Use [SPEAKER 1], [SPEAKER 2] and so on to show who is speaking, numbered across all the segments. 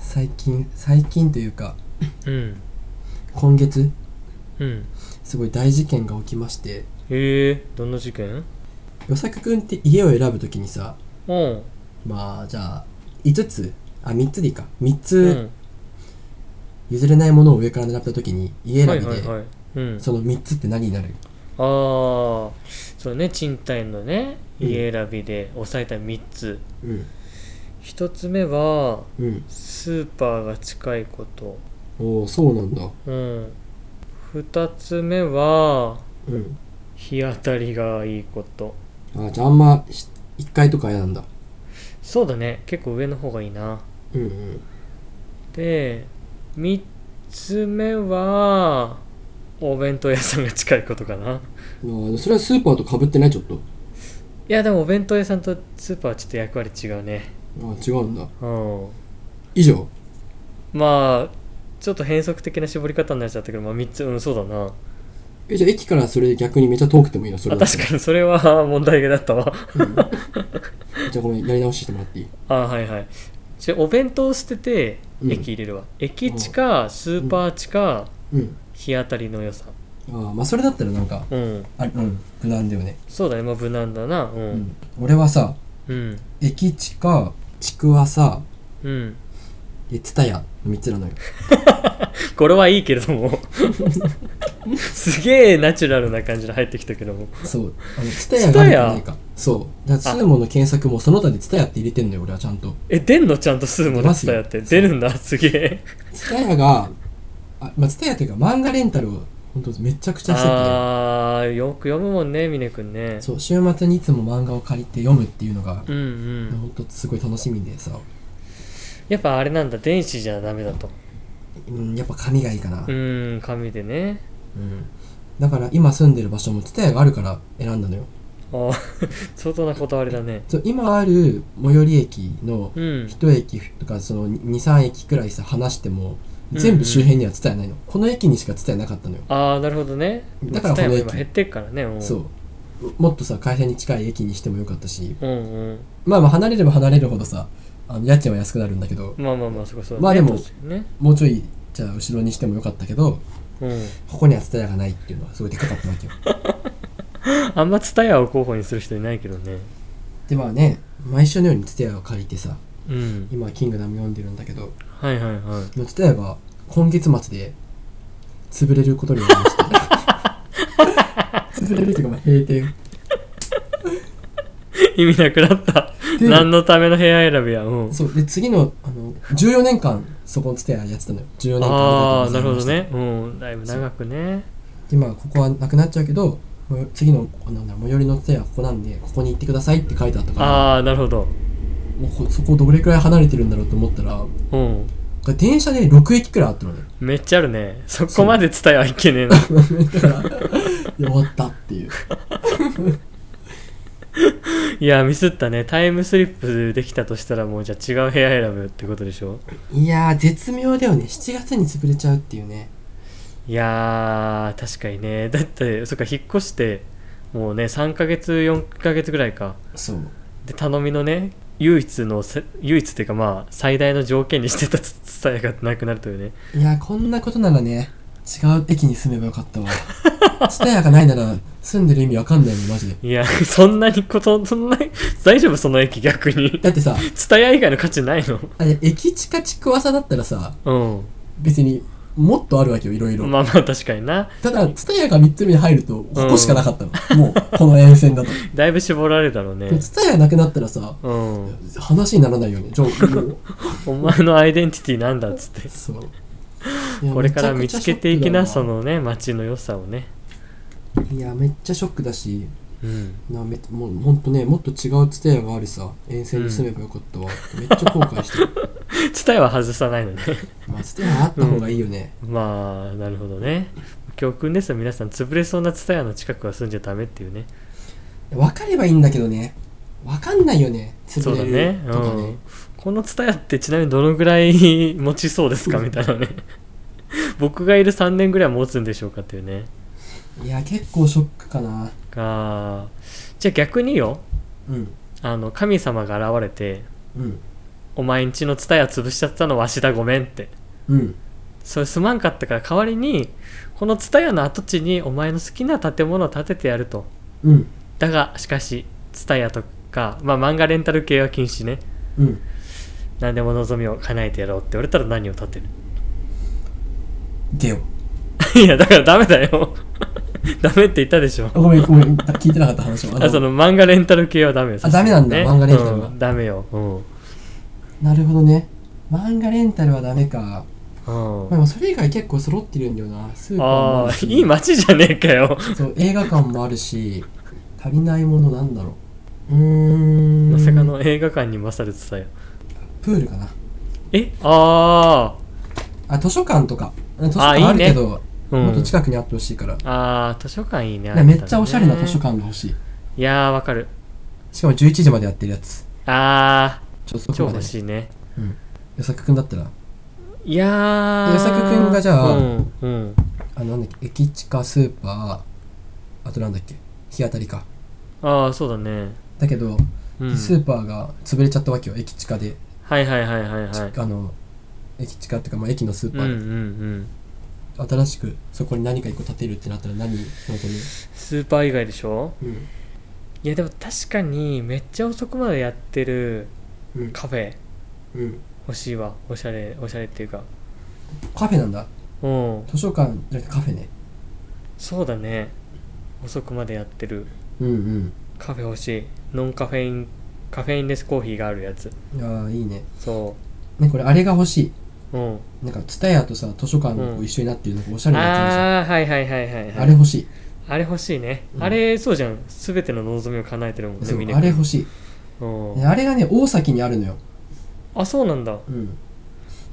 [SPEAKER 1] 最近最近というか
[SPEAKER 2] うん
[SPEAKER 1] 今月
[SPEAKER 2] うん
[SPEAKER 1] すごい大事件が起きまして
[SPEAKER 2] へえどんな事件
[SPEAKER 1] 与作君って家を選ぶときにさ
[SPEAKER 2] うん
[SPEAKER 1] まあじゃあ5つあ3つでいいか3
[SPEAKER 2] う
[SPEAKER 1] つ
[SPEAKER 2] ん
[SPEAKER 1] 譲れないものを上から並べたときに家
[SPEAKER 2] は
[SPEAKER 1] 選
[SPEAKER 2] い
[SPEAKER 1] び
[SPEAKER 2] はい
[SPEAKER 1] で
[SPEAKER 2] はいうん
[SPEAKER 1] その3つって何になる
[SPEAKER 2] ああそうね賃貸のね家選びで抑えた3つ
[SPEAKER 1] うん
[SPEAKER 2] 1つ目は
[SPEAKER 1] うん
[SPEAKER 2] スーパーが近いこと
[SPEAKER 1] おおそうなんだ
[SPEAKER 2] うん2つ目は
[SPEAKER 1] うん
[SPEAKER 2] 日当たりがいいこと
[SPEAKER 1] あじゃああんま1階とか嫌なんだ
[SPEAKER 2] そうだね結構上の方がいいな
[SPEAKER 1] うんうん
[SPEAKER 2] で3つ目はお弁当屋さんが近いことかな
[SPEAKER 1] まあそれはスーパーとかぶってないちょっと
[SPEAKER 2] いやでもお弁当屋さんとスーパーはちょっと役割違うね
[SPEAKER 1] あ違うんだ
[SPEAKER 2] うん
[SPEAKER 1] 以上
[SPEAKER 2] まあちょっと変則的な絞り方になっちゃったけどまあ3つうんそうだな
[SPEAKER 1] えじゃあ駅からそれ逆にめっちゃ遠くてもいいのそれ
[SPEAKER 2] あ
[SPEAKER 1] だっ
[SPEAKER 2] 確
[SPEAKER 1] たら
[SPEAKER 2] かにそれは 問題だったわ
[SPEAKER 1] じゃあごめんやり直ししてもらっていい
[SPEAKER 2] あはいはいちょお弁当を捨てて
[SPEAKER 1] うん
[SPEAKER 2] 駅入れるわ、駅地かスーパー地か
[SPEAKER 1] うん
[SPEAKER 2] 日当たりの良さ
[SPEAKER 1] ああまあそれだったらなんか
[SPEAKER 2] うん
[SPEAKER 1] あうん無難だよね、
[SPEAKER 2] そうだねまあ無難だなう
[SPEAKER 1] うんん、俺はさ
[SPEAKER 2] うん
[SPEAKER 1] 駅地かちくわさ
[SPEAKER 2] うん、
[SPEAKER 1] でツタヤの3つなのよ
[SPEAKER 2] これはいいけれども すげえナチュラルな感じで入ってきたけども
[SPEAKER 1] そうあのツタヤがあるかないかそうだから
[SPEAKER 2] あ
[SPEAKER 1] スーモの検索もその他でツタヤって入れてんのよ俺はちゃんと
[SPEAKER 2] え出んのちゃんとスーモ
[SPEAKER 1] 出
[SPEAKER 2] の
[SPEAKER 1] ます
[SPEAKER 2] 伝
[SPEAKER 1] よ
[SPEAKER 2] やって出るんだすげえ
[SPEAKER 1] ツタヤがあまあツタヤっていうか漫画レンタルを本当めちゃくちゃしてて
[SPEAKER 2] あーよく読むもんね峰君ね
[SPEAKER 1] そう週末にいつも漫画を借りて読むっていうのが
[SPEAKER 2] うんうん
[SPEAKER 1] 本当すごい楽しみでさ、
[SPEAKER 2] やっぱあれなんだ電子じゃダメだと
[SPEAKER 1] うん、やっぱ紙がいいかな、
[SPEAKER 2] うーん紙でね
[SPEAKER 1] うんだから今住んでる場所もツタヤがあるから選んだのよ
[SPEAKER 2] あー 相当なこだわりだね
[SPEAKER 1] そう今ある最寄り駅の
[SPEAKER 2] うん
[SPEAKER 1] 一駅とかその23駅くらいさ離しても
[SPEAKER 2] うん
[SPEAKER 1] 全部周辺には伝えないの、この駅にしか伝えなかったのよ、
[SPEAKER 2] ああなるほどね
[SPEAKER 1] だからこの
[SPEAKER 2] 伝えも
[SPEAKER 1] 駅
[SPEAKER 2] 今減ってっからねもう
[SPEAKER 1] そうもっとさ会社に近い駅にしてもよかったし
[SPEAKER 2] うんうん
[SPEAKER 1] まあまあ離れれば離れるほどさあの家賃は安くなるんだけど
[SPEAKER 2] まあまあまあそこそうだね
[SPEAKER 1] まあでも
[SPEAKER 2] 確かにね
[SPEAKER 1] もうちょいじゃあ後ろにしてもよかったけど
[SPEAKER 2] うん
[SPEAKER 1] ここには伝えがないっていうのはすごいでかかったわけよ
[SPEAKER 2] あんま伝えを候補にする人いないけどね
[SPEAKER 1] でまあね毎週のように伝えを借りてさ
[SPEAKER 2] うん
[SPEAKER 1] 今キングダム読んでるんだけど
[SPEAKER 2] はいはいはい
[SPEAKER 1] の伝えが今月末で潰れることになりました 潰れるっていうかまあ閉店
[SPEAKER 2] 意味なくなった
[SPEAKER 1] で
[SPEAKER 2] 何のための部屋選びやうん
[SPEAKER 1] そうで次のあの14年間そこのツタヤやってたのよ14年間
[SPEAKER 2] ああ
[SPEAKER 1] り
[SPEAKER 2] な
[SPEAKER 1] が
[SPEAKER 2] る
[SPEAKER 1] とうご
[SPEAKER 2] ほど
[SPEAKER 1] ざいまし
[SPEAKER 2] ねうんだいぶ長くね
[SPEAKER 1] たでまあここはなくなっちゃうけどもう次のあなんだ最寄りのツタヤはここなんでここに行ってくださいって書いてあったから
[SPEAKER 2] ああなるほど
[SPEAKER 1] もうこそこどれくらい離れてるんだろうと思ったら
[SPEAKER 2] うん
[SPEAKER 1] 電車で6駅くらいあったのね
[SPEAKER 2] めっちゃあるねそこまで伝えはいけねえな
[SPEAKER 1] だから 終わったっていう
[SPEAKER 2] いやミスったねタイムスリップできたとしたらもうじゃあ違う部屋選ぶってことでしょ
[SPEAKER 1] いやー絶妙だよね7月に潰れちゃうっていうね
[SPEAKER 2] いやー確かにねだってそっか引っ越してもうね3ヶ月4ヶ月ぐらいか
[SPEAKER 1] そう
[SPEAKER 2] で頼みのね唯一のせ唯一っていうかまあ最大の条件にしてた伝えがなくなるというね
[SPEAKER 1] いやーこんなことならね違う駅に住めばよかったわ ツタヤがないなら住んでる意味わかんないもんマジで
[SPEAKER 2] いやそんなにことそんな大丈夫その駅逆に
[SPEAKER 1] だってさ
[SPEAKER 2] 伝え以外の価値ないの
[SPEAKER 1] あれ駅地下ちくわさだったらさ
[SPEAKER 2] う
[SPEAKER 1] 別にもっとあるわけよいろいろ、
[SPEAKER 2] んまあまあ確かにな
[SPEAKER 1] ただツタヤが3つ目に入るとここしかなかったの、もうこの沿線だと
[SPEAKER 2] だいぶ絞られたろうね
[SPEAKER 1] でもツタヤなくなったらさ
[SPEAKER 2] うん
[SPEAKER 1] 話にならないよねじゃあもう
[SPEAKER 2] お前のアイデンティティなんだっつって
[SPEAKER 1] そういや
[SPEAKER 2] これから見
[SPEAKER 1] めちゃ
[SPEAKER 2] つ
[SPEAKER 1] くち
[SPEAKER 2] け
[SPEAKER 1] ゃ
[SPEAKER 2] ていきな
[SPEAKER 1] ショ
[SPEAKER 2] そ
[SPEAKER 1] ック
[SPEAKER 2] のね街の良さをね
[SPEAKER 1] だわいやめっちゃショックだし
[SPEAKER 2] うん
[SPEAKER 1] なめもうほんとねもっと違うツタヤがあるさ沿線に住めばよかったわ、めっちゃ後悔してる
[SPEAKER 2] 伝えは外さないのね
[SPEAKER 1] まあ、ツタヤあった方がいいよね。
[SPEAKER 2] まあなるほどね教訓ですよ皆さん潰れそうな伝えの近くは住んじゃダメっていうね
[SPEAKER 1] 分かればいいんだけどね。分かんないよね。
[SPEAKER 2] そ
[SPEAKER 1] 潰
[SPEAKER 2] うだ
[SPEAKER 1] れ
[SPEAKER 2] ね
[SPEAKER 1] る
[SPEAKER 2] う
[SPEAKER 1] とかね。
[SPEAKER 2] んこの伝えってちなみにどのぐらい持ちそうですかみたいなね 僕がいる3年ぐらいは持つんでしょうかっていうね
[SPEAKER 1] いや、結構ショックかな。
[SPEAKER 2] あーじゃあ逆によ
[SPEAKER 1] うん。
[SPEAKER 2] あの神様が現れて
[SPEAKER 1] うん。
[SPEAKER 2] お前んちのツタヤ潰しちゃったのわしだごめんって
[SPEAKER 1] うん
[SPEAKER 2] それすまんかったから代わりにこのツタヤの跡地にお前の好きな建物を建ててやると
[SPEAKER 1] うん
[SPEAKER 2] だがしかしツタヤとかまあ漫画レンタル系は禁止ね
[SPEAKER 1] うん
[SPEAKER 2] 何でも望みを叶えてやろうって言われたら何を建てる
[SPEAKER 1] でよ
[SPEAKER 2] いやだからダメだよ ダメって言ったでしょ
[SPEAKER 1] あごめんごめん聞いてなかった話も
[SPEAKER 2] あその漫画レンタル系はダメよ
[SPEAKER 1] あダメなんだ漫画レンタルは
[SPEAKER 2] うんダメようん
[SPEAKER 1] なるほどね漫画レンタルはダメか
[SPEAKER 2] うん
[SPEAKER 1] でもそれ以外結構揃ってるんだよなスーパーも
[SPEAKER 2] あ
[SPEAKER 1] ある
[SPEAKER 2] あ
[SPEAKER 1] し
[SPEAKER 2] いい街じゃねえかよ、
[SPEAKER 1] そう映画館もあるし足りないものなんだろううーん
[SPEAKER 2] まさかの映画館に勝るてたよ
[SPEAKER 1] プールかな
[SPEAKER 2] えあ
[SPEAKER 1] あ図書館とか図書
[SPEAKER 2] あいい
[SPEAKER 1] 館
[SPEAKER 2] ね
[SPEAKER 1] あるけど
[SPEAKER 2] あうん
[SPEAKER 1] もっと近くにあってほしいから、
[SPEAKER 2] ああ図書館いいね
[SPEAKER 1] なんかめっちゃおしゃれな図書
[SPEAKER 2] 館
[SPEAKER 1] 館が欲しい
[SPEAKER 2] いやーわかる
[SPEAKER 1] しかも11時までやってるやつ
[SPEAKER 2] あ
[SPEAKER 1] ちょっと
[SPEAKER 2] あ
[SPEAKER 1] そ
[SPEAKER 2] 超
[SPEAKER 1] こま
[SPEAKER 2] 欲
[SPEAKER 1] で
[SPEAKER 2] しいね
[SPEAKER 1] よさくくんだったら
[SPEAKER 2] いやー
[SPEAKER 1] 矢作くんがじゃあ
[SPEAKER 2] うん、うん、
[SPEAKER 1] あのなんだっけ駅地下スーパーあとなんだっけ日当たりか
[SPEAKER 2] ああそうだね
[SPEAKER 1] だけど、
[SPEAKER 2] うん
[SPEAKER 1] スーパーが潰れちゃったわけよ駅地下で、
[SPEAKER 2] はいはいはいはいはい
[SPEAKER 1] あの駅地下っていうか、まあ、駅のスー
[SPEAKER 2] うん
[SPEAKER 1] パ
[SPEAKER 2] うんう
[SPEAKER 1] ー、
[SPEAKER 2] ん
[SPEAKER 1] 新しくそこに何か一個建てるってなったら何望む
[SPEAKER 2] スーパー以外でしょ
[SPEAKER 1] うん
[SPEAKER 2] いやでも確かにめっちゃ遅くまでやってる
[SPEAKER 1] うん
[SPEAKER 2] カフェ
[SPEAKER 1] うん
[SPEAKER 2] 欲しいわおしゃれおしゃれっていうか
[SPEAKER 1] カフェなんだ
[SPEAKER 2] うん
[SPEAKER 1] 図書館じゃなくてカフェね
[SPEAKER 2] そうだね遅くまでやってる
[SPEAKER 1] うん
[SPEAKER 2] カフェ欲しいノンカフェインカフェインレスコーヒーがあるやつ
[SPEAKER 1] うんああいいね
[SPEAKER 2] そ
[SPEAKER 1] ねこれあれが欲し
[SPEAKER 2] ううん
[SPEAKER 1] いなんか蔦屋とさ図書館のこ
[SPEAKER 2] う
[SPEAKER 1] うん一緒になってるのがおしゃれなやつあるじゃん
[SPEAKER 2] ああはいはいはいはい、はい、
[SPEAKER 1] あれ欲しい
[SPEAKER 2] あれ欲しいね、
[SPEAKER 1] うん
[SPEAKER 2] あれそうじゃん全ての望みを叶えてるもんね
[SPEAKER 1] そう
[SPEAKER 2] 峰君
[SPEAKER 1] あれ欲しい、
[SPEAKER 2] うん
[SPEAKER 1] ねあれがね大崎にあるのよ、
[SPEAKER 2] あそうなんだ
[SPEAKER 1] うん、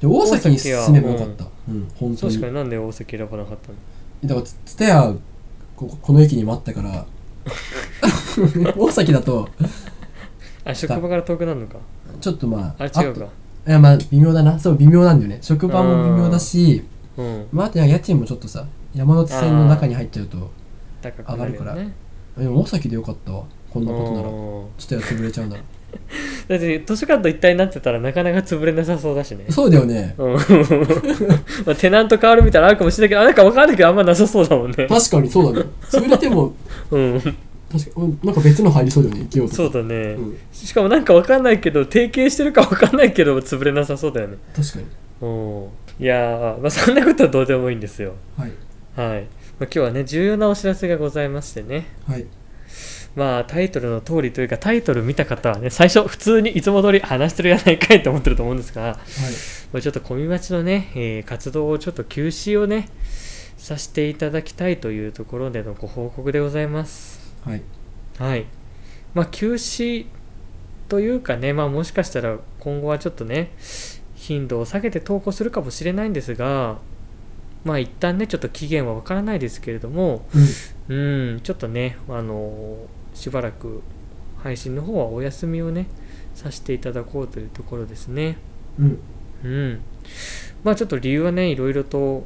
[SPEAKER 1] で大崎に住めばよかったうん、本当に
[SPEAKER 2] 確かになんで大関選ばなかった
[SPEAKER 1] だ
[SPEAKER 2] の
[SPEAKER 1] からつ蔦屋ここの駅にもあったから大崎だと
[SPEAKER 2] あ職場から遠くなるのか
[SPEAKER 1] ちょっとまあ
[SPEAKER 2] あれ違う
[SPEAKER 1] と
[SPEAKER 2] か
[SPEAKER 1] いやまあ微妙だなそう微妙なんだよね職場も微妙だし
[SPEAKER 2] うん
[SPEAKER 1] まああと家賃もちょっとさ山手線の中に入っちゃうと
[SPEAKER 2] 高くなるよ
[SPEAKER 1] 上が
[SPEAKER 2] ね
[SPEAKER 1] でも大崎でよかったわこんなことなら
[SPEAKER 2] うん
[SPEAKER 1] 蔦屋潰れちゃう なら
[SPEAKER 2] だって図書館と一体になってたらなかなか潰れなさそうだしね
[SPEAKER 1] そうだよね
[SPEAKER 2] うん まあ、テナント変わるみたいなのあるかもしれないけどあなんか分かんないけどあんまなさそうだもんね
[SPEAKER 1] 確かにそうだね潰れても
[SPEAKER 2] うん
[SPEAKER 1] 確かうんなんか別の入りそうだよね勢いと
[SPEAKER 2] そうだ
[SPEAKER 1] う
[SPEAKER 2] ね、
[SPEAKER 1] ん、
[SPEAKER 2] しかもなんか分かんないけど提携してるか分かんないけど潰れなさそうだよね
[SPEAKER 1] 確かに
[SPEAKER 2] うんいやー、まあ、そんなことはどうでもいいんですよ
[SPEAKER 1] はい
[SPEAKER 2] はい、まあ、今日はね重要なお知らせがございましてね
[SPEAKER 1] はい
[SPEAKER 2] まあタイトルの通りというかタイトル見た方はね最初普通にいつも通り話してるやないかいと思ってると思うんですが、まあ、ちょっと小見町のね、えー活動をちょっと休止をねさせていただきたいというところでのご報告でございます
[SPEAKER 1] はいはい
[SPEAKER 2] はいまあ休止というかねまあもしかしたら今後はちょっとね頻度を下げて投稿するかもしれないんですがまあ一旦ねちょっと期限はわからないですけれども、
[SPEAKER 1] うん
[SPEAKER 2] うん、ちょっとね、あのしばらく配信の方はお休みをね、させていただこうというところですね。
[SPEAKER 1] うん
[SPEAKER 2] うん。まあちょっと理由はね、いろいろと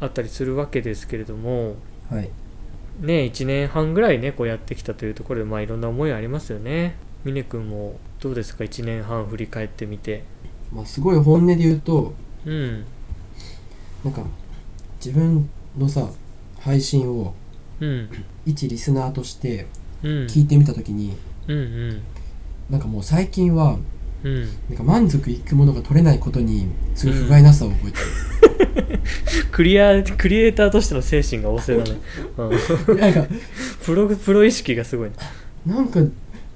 [SPEAKER 2] あったりするわけですけれども、
[SPEAKER 1] はい
[SPEAKER 2] ね、1年半ぐらいね、こうやってきたというところで、まあいろんな思いありますよね。ミネ君もどうですか、1年半振り返ってみて。
[SPEAKER 1] まあすごい本音で言うと
[SPEAKER 2] うん、
[SPEAKER 1] なんか自分のさ配信を
[SPEAKER 2] うん、
[SPEAKER 1] 一リスナーとして
[SPEAKER 2] うん、
[SPEAKER 1] 聞いてみた時に、
[SPEAKER 2] うん、うん、
[SPEAKER 1] なんかもう最近は
[SPEAKER 2] うん。
[SPEAKER 1] なんか満足いくものが取れないことにすごい不甲斐なさを覚えて
[SPEAKER 2] クリア、クリエイターとしての精神が旺盛 だね。うん
[SPEAKER 1] る、なんか
[SPEAKER 2] プロプロ意識がすごいね
[SPEAKER 1] なんか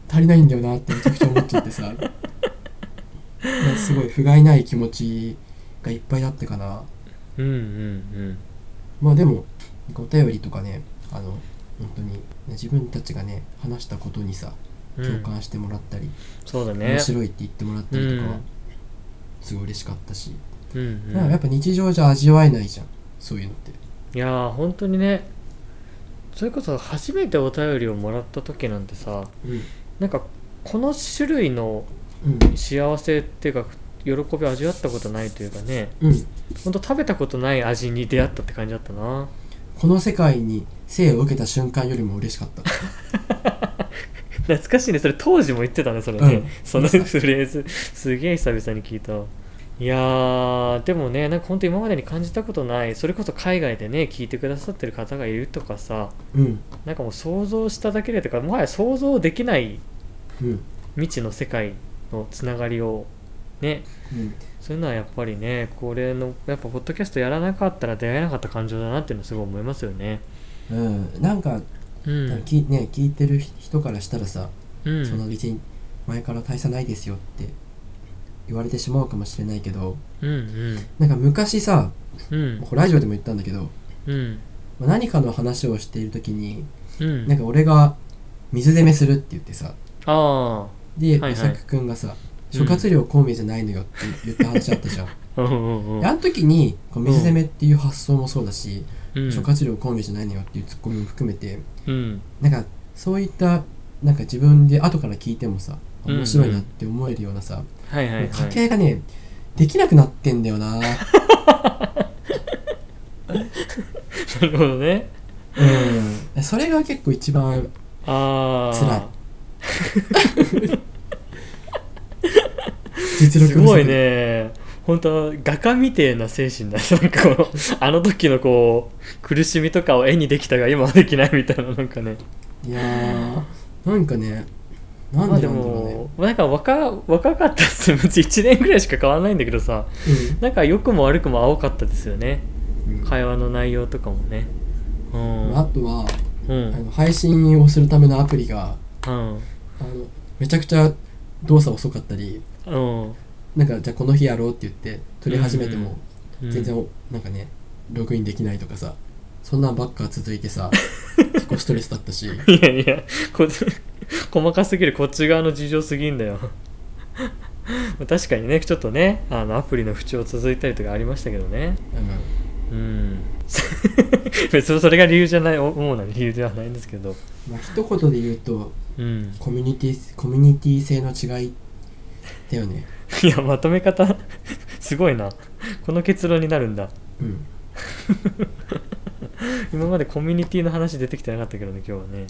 [SPEAKER 1] 足りないんだよなってめちゃくちゃ思っちゃ ってさなんかすごい不甲斐ない気持ちがいっぱいあったかな
[SPEAKER 2] うんうん
[SPEAKER 1] まあでもなんかお便りとかねあの本当にね自分たちがね話したことにさ
[SPEAKER 2] うんう
[SPEAKER 1] 共
[SPEAKER 2] ん
[SPEAKER 1] 感してもらったり、
[SPEAKER 2] そうだね
[SPEAKER 1] 面白いって言ってもらったりとかは、
[SPEAKER 2] うん
[SPEAKER 1] すごい嬉しかったし、
[SPEAKER 2] うん
[SPEAKER 1] なんか
[SPEAKER 2] う
[SPEAKER 1] やっ
[SPEAKER 2] ん
[SPEAKER 1] ぱ日常じゃ味わえないじゃんそういうのって
[SPEAKER 2] いやー本当にねそれこそ初めてお便りをもらった時なんてさ
[SPEAKER 1] うん
[SPEAKER 2] なんかこの種類の
[SPEAKER 1] うん
[SPEAKER 2] 幸せっていうか喜びを味わったことないというかね
[SPEAKER 1] うん
[SPEAKER 2] ほんと食べたことない味に出会ったって感じだったな
[SPEAKER 1] この世界に生を受けた瞬間よりも嬉しかった
[SPEAKER 2] 懐かしいねそれ当時も言ってたねそれね、
[SPEAKER 1] うん
[SPEAKER 2] そのフレーズすげえ久々に聞いたいやーでもねなんか本当今までに感じたことないそれこそ海外でね聞いてくださってる方がいるとかさ
[SPEAKER 1] うん
[SPEAKER 2] なんかもう想像しただけでとかもはや想像できない
[SPEAKER 1] うん
[SPEAKER 2] 未知の世界のつながりをね
[SPEAKER 1] うん
[SPEAKER 2] そういうのはやっぱりねこれのやっぱポッドキャストやらなかったら出会えなかった感情だなっていうのすごい思いますよね
[SPEAKER 1] うん、なんか、
[SPEAKER 2] うん、
[SPEAKER 1] きね、聞いてる人からしたらさ、
[SPEAKER 2] うん、
[SPEAKER 1] その別に前から大差ないですよって言われてしまうかもしれないけど
[SPEAKER 2] うんうん
[SPEAKER 1] なんか昔さ
[SPEAKER 2] うん
[SPEAKER 1] これラジオでも言ったんだけど
[SPEAKER 2] うん
[SPEAKER 1] まあ何かの話をしている時に
[SPEAKER 2] うん
[SPEAKER 1] なんか俺が水攻めするって言ってさ
[SPEAKER 2] あ
[SPEAKER 1] で
[SPEAKER 2] はいはい
[SPEAKER 1] 与作、くんがさ
[SPEAKER 2] うん
[SPEAKER 1] 諸葛亮孔明じゃないのよって言った話あったじゃん。
[SPEAKER 2] あうんうんうん
[SPEAKER 1] であの時にこう水攻めっていう発想もそうだし、
[SPEAKER 2] うん
[SPEAKER 1] 諸葛亮孔明じゃないのよっていうツッコミも含めて
[SPEAKER 2] うん
[SPEAKER 1] なんかそういったなんか自分で後から聞いてもさ
[SPEAKER 2] うん
[SPEAKER 1] 面白いなって思えるようなさ、
[SPEAKER 2] はいはい
[SPEAKER 1] もう
[SPEAKER 2] は
[SPEAKER 1] 掛
[SPEAKER 2] い
[SPEAKER 1] け合いがねできなくなってんだよな
[SPEAKER 2] なるほどね
[SPEAKER 1] うんそれが結構一番
[SPEAKER 2] ああ
[SPEAKER 1] 辛い実力
[SPEAKER 2] す
[SPEAKER 1] 不足
[SPEAKER 2] ごいね本当画家みてえな精神だなんか このあの時のこう苦しみとかを絵にできたが今はできないみたいななんかね
[SPEAKER 1] いやーなんかねなん
[SPEAKER 2] まあ
[SPEAKER 1] で
[SPEAKER 2] で
[SPEAKER 1] なんだろうね
[SPEAKER 2] も、なんか若若かったっすよ 別に1年ぐらいしか変わらないんだけどさなんか良くも悪くも青かったですよね
[SPEAKER 1] うん
[SPEAKER 2] 会話の内容とかもねうん
[SPEAKER 1] あとは
[SPEAKER 2] う
[SPEAKER 1] あ
[SPEAKER 2] ん
[SPEAKER 1] の配信をするためのアプリが
[SPEAKER 2] うん
[SPEAKER 1] あのめちゃくちゃ動作遅かったり
[SPEAKER 2] うん
[SPEAKER 1] なんかじゃあこの日やろうって言って撮り始めても
[SPEAKER 2] うん
[SPEAKER 1] 全然おなんかねログインできないとかさそんなんばっか続いて さ結構ストレスだったし
[SPEAKER 2] いやいやこ細かすぎるこっち側の事情すぎんだよ 確かにねちょっとねあのアプリの不調続いたりとかありましたけどね
[SPEAKER 1] うん
[SPEAKER 2] うん 別にそれが理由じゃないお主な理由ではないんですけど
[SPEAKER 1] まあ一言で言うと
[SPEAKER 2] うん
[SPEAKER 1] コミュニティコミュニティ性の違いだよね
[SPEAKER 2] いやまとめ方 すごいなこの結論になるんだ
[SPEAKER 1] うん
[SPEAKER 2] 今までコミュニティの話出てきてなかったけどね今日はね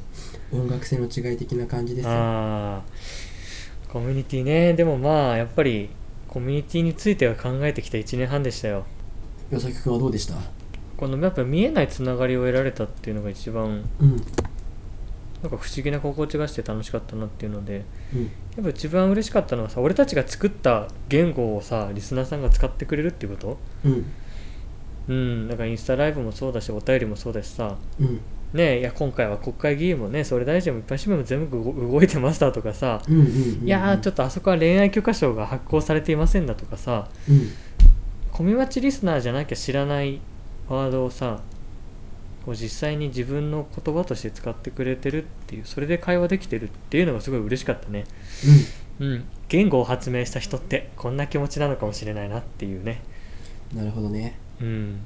[SPEAKER 1] 音楽性の違い的な感じですよ
[SPEAKER 2] ああコミュニティねでもまあやっぱりコミュニティについては考えてきた1年半でしたよ
[SPEAKER 1] 与作君はどうでした
[SPEAKER 2] このやっぱ見えないつながりを得られたっていうのが一番
[SPEAKER 1] うんうん
[SPEAKER 2] なんか不思議な心地がして楽しかったなっていうのでやっぱ一番嬉しかったのはさ俺たちが作った言語をさリスナーさんが使ってくれるっていうこと
[SPEAKER 1] うん
[SPEAKER 2] うんなんかインスタライブもそうだしお便りもそうだしさ
[SPEAKER 1] うん
[SPEAKER 2] ねえいや今回は国会議員もね総理大臣も一般市民も全部動動いてましたとかさ
[SPEAKER 1] うんうんうん
[SPEAKER 2] いやーちょ
[SPEAKER 1] っ
[SPEAKER 2] っとあそこは恋愛許可証が発行されていませんだとかさ
[SPEAKER 1] とうん
[SPEAKER 2] コミマチリスナーじゃなきゃ知らないワードをさこう実際に自分の言葉として使ってくれてるっていうそれで会話できてるっていうのがすごい嬉しかったねうん言語を発明した人ってこんな気持ちなのかもしれないなっていうね
[SPEAKER 1] うんなるほどね
[SPEAKER 2] うん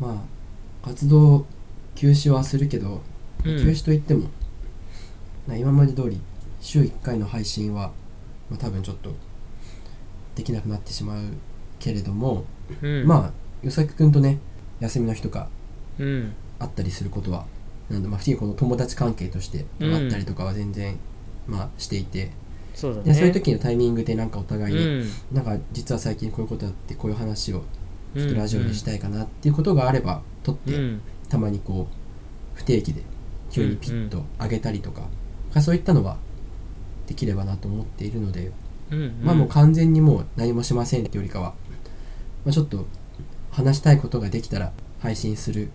[SPEAKER 1] まあ活動休止はするけど、
[SPEAKER 2] うん
[SPEAKER 1] 休止といってもな今まで通り週1回の配信は、まあ、多分ちょっとできなくなってしまうけれども、
[SPEAKER 2] うん
[SPEAKER 1] まあ与作君とね休みの日とか
[SPEAKER 2] うん
[SPEAKER 1] あったりすることはなんでまあ普通にこの友達関係として
[SPEAKER 2] うん
[SPEAKER 1] あったりとかは全然、まあしていて
[SPEAKER 2] そうだね
[SPEAKER 1] でそういう時のタイミングでなんかお互いに、
[SPEAKER 2] うん
[SPEAKER 1] なんか実は最近こういうことあってこういう話をちょっとラジオでし
[SPEAKER 2] い
[SPEAKER 1] たいかなっていうことがあれば撮って、
[SPEAKER 2] うん
[SPEAKER 1] たまにこう不定期で急にピッと上げたりとか、そういったのはできればなと思っているので、
[SPEAKER 2] うんうん
[SPEAKER 1] まあもう完全にもう何もしませんってよりかは、まあ、ちょっと話したいことができたら配信する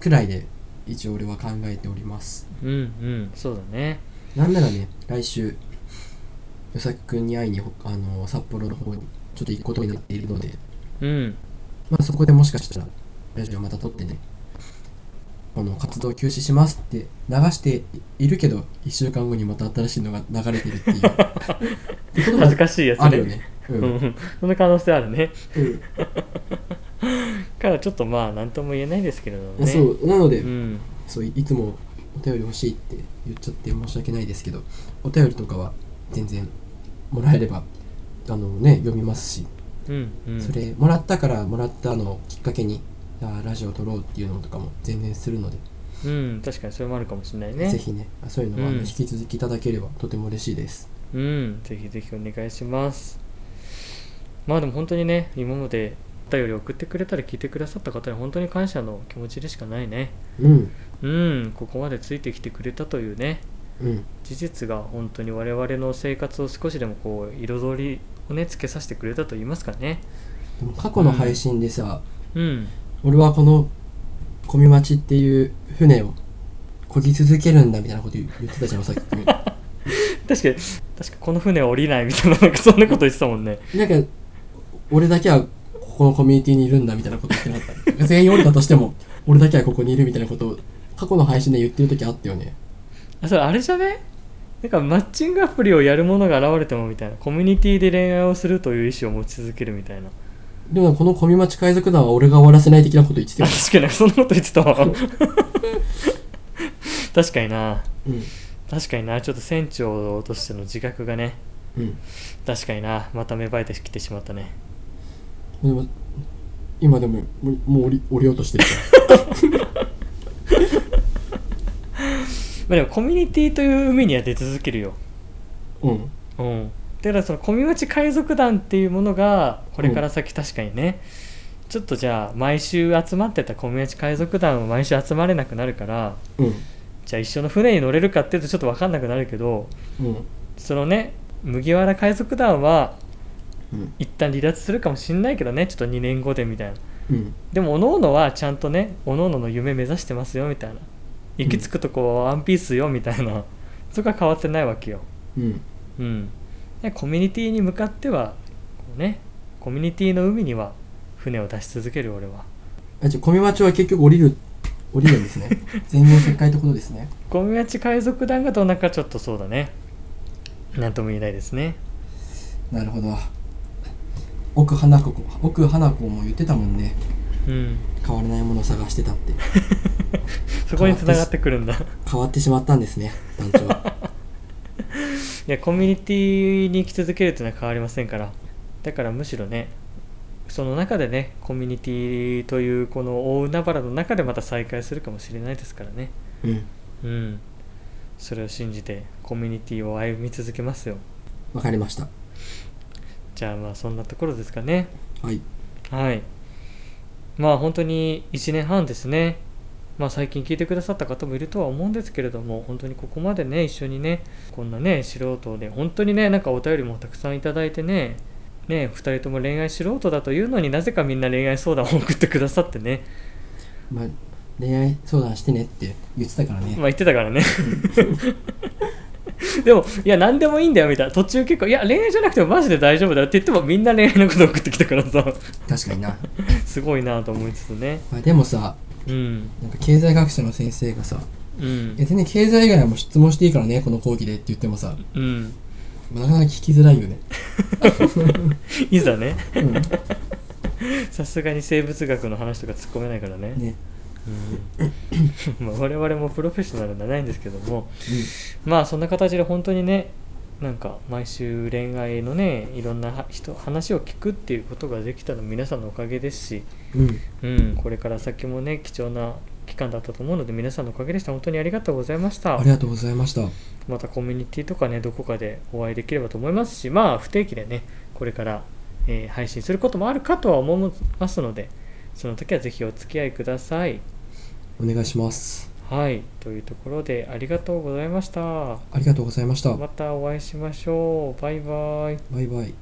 [SPEAKER 1] くらいで一応俺は考えております
[SPEAKER 2] うんうんそうだね
[SPEAKER 1] なんならね来週与作君に会いにほあの札幌の方にちょっと行くことになっているので、
[SPEAKER 2] うん
[SPEAKER 1] まあ、そこでもしかしたらラジオまた撮ってねこの活動休止しますって流しているけど1週間後にまた新しいのが流れてるっていうってことも
[SPEAKER 2] 恥ずかしいやつね
[SPEAKER 1] あるよねう、
[SPEAKER 2] うんんその可能性あるね
[SPEAKER 1] うん
[SPEAKER 2] からちょっとまあ何とも言えないですけれどもね
[SPEAKER 1] そうなので、
[SPEAKER 2] うん
[SPEAKER 1] そういつもお便り欲しいって言っちゃって申し訳ないですけどお便りとかは全然もらえればあのね読みますし、
[SPEAKER 2] うんうん
[SPEAKER 1] それもらったからもらったのをきっかけにあーラジオ撮ろうっていうのとかも全然するので
[SPEAKER 2] うん、確かにそれもあるかもしれないね。
[SPEAKER 1] ぜひねそういうのはあの
[SPEAKER 2] うん
[SPEAKER 1] 引き続きいただければとても嬉しいです、
[SPEAKER 2] うん、ぜひぜひお願いします。まあでも本当にね、今までお便り送ってくれたり聞いてくださった方に本当に感謝の気持ちでしかないね。
[SPEAKER 1] うん
[SPEAKER 2] うん、ここまでついてきてくれたというね、
[SPEAKER 1] うん
[SPEAKER 2] 事実が本当に我々の生活を少しでもこう、彩りをね、つけさせてくれたと言いますかね。
[SPEAKER 1] でも過去の配信でさ、
[SPEAKER 2] うん、
[SPEAKER 1] 俺はこの小見町っていう船を漕ぎ続けるんだみたいなこと言言ってたじゃんさっきな
[SPEAKER 2] 確かに、確かこの船は降りないみたいな、なんかそんなこと言ってたもんね。
[SPEAKER 1] んか俺だけはここのコミュニティにいるんだみたいなこと言ってなかった全員降りたとしても俺だけはここにいるみたいなことを過去の配信で言ってる時あったよね
[SPEAKER 2] あそれあれじゃねなんかマッチングアプリをやる者が現れてもみたいなコミュニティで恋愛をするという意思を持ち続けるみたいな
[SPEAKER 1] でもこの小見町海賊団は俺が終わらせない的なこと言ってた
[SPEAKER 2] あ
[SPEAKER 1] よ、
[SPEAKER 2] 確かにそんなこと言ってたわ 確かにな
[SPEAKER 1] うん
[SPEAKER 2] 確かになちょっと船長としての自覚がね
[SPEAKER 1] うん、
[SPEAKER 2] 確かになまた芽生えてきてしまったね
[SPEAKER 1] でも今でももうもう降り降りようとしてる
[SPEAKER 2] まあでもコミュニティという海には出続けるよ
[SPEAKER 1] からうん
[SPEAKER 2] うんだからそのコミュチ海賊団っていうものがこれから先確かにね、ちょっとじゃあ毎週集まってたコミュチ海賊団は毎週集まれなくなるから
[SPEAKER 1] うん
[SPEAKER 2] じゃあ一緒の船に乗れるかっていうとちょっと分かんなくなるけど
[SPEAKER 1] うん
[SPEAKER 2] そのね麦わら海賊団は
[SPEAKER 1] うん
[SPEAKER 2] 一旦離脱するかもしんないけどねちょっと2年後でみたいな
[SPEAKER 1] うん
[SPEAKER 2] でも各々はちゃんとね各々の夢目指してますよみたいな行き着くとこはワンピースよみたいな、そこは変わってないわけよ
[SPEAKER 1] うん
[SPEAKER 2] うんでコミュニティに向かってはこうねコミュニティの海には船を出し続ける俺は
[SPEAKER 1] あじゃあ小見町は結局降りる降りるんですね全面撤回ってことですね
[SPEAKER 2] ゴミ町海賊団がどんなかちょっとそうだねなんとも言えないですね
[SPEAKER 1] なるほど奥花子奥花子も言ってたもんね
[SPEAKER 2] うん
[SPEAKER 1] 変わらないものを探してたって
[SPEAKER 2] そこに繋がってくるんだ
[SPEAKER 1] 変わってしまったんですね団長
[SPEAKER 2] いやコミュニティに生き続けるというのは変わりませんからだからむしろねその中でねコミュニティというこの大海原の中でまた再会するかもしれないですからね
[SPEAKER 1] うん
[SPEAKER 2] うんそれを信じてコミュニティを歩み続けますよ
[SPEAKER 1] わかりました
[SPEAKER 2] じゃあまあそんなところですかね
[SPEAKER 1] はい
[SPEAKER 2] はいまあ本当に1年半ですねまあ最近聞いてくださった方もいるとは思うんですけれども本当にここまでね一緒にねこんなね素人で本当にねなんかお便りもたくさんいただいてねね2人とも恋愛素人だというのになぜかみんな恋愛相談を送ってくださってね
[SPEAKER 1] まあ恋愛相談してねって言ってたからね、
[SPEAKER 2] まあ言ってたからねでもいや何でもいいんだよみたいな途中結構いや恋愛じゃなくてもマジで大丈夫だよって言ってもみんな恋愛のこと送ってきたからさ
[SPEAKER 1] 確かにな、
[SPEAKER 2] すごいなと思いつつね
[SPEAKER 1] まあ、でもさ
[SPEAKER 2] うん
[SPEAKER 1] なんか経済学者の先生がさ
[SPEAKER 2] うん
[SPEAKER 1] 別に経済以外も質問していいからねこの講義でって言ってもさ
[SPEAKER 2] うん
[SPEAKER 1] なかなか聞きづらいよね、
[SPEAKER 2] いざね
[SPEAKER 1] うん、
[SPEAKER 2] さすがに生物学の話とか突っ込めないからね
[SPEAKER 1] ね、
[SPEAKER 2] うんまあ我々もプロフェッショナルじゃないんですけどもまあそんな形で本当にねなんか毎週恋愛のねいろんなは人話を聞くっていうことができたの皆さんのおかげですし、
[SPEAKER 1] うんうん
[SPEAKER 2] うん、これから先もね貴重な期間だったと思うので皆さんのおかげでした本当にありがとうございました
[SPEAKER 1] ありがとうございました
[SPEAKER 2] またコミュニティとかねどこかでお会いできればと思いますしまあ不定期でねこれから、えー配信することもあるかとは思いますのでその時はぜひお付き合いください
[SPEAKER 1] お願いします
[SPEAKER 2] はいというところでありがとうございました
[SPEAKER 1] ありがとうございました
[SPEAKER 2] またお会いしましょうバイバイ
[SPEAKER 1] バイバイ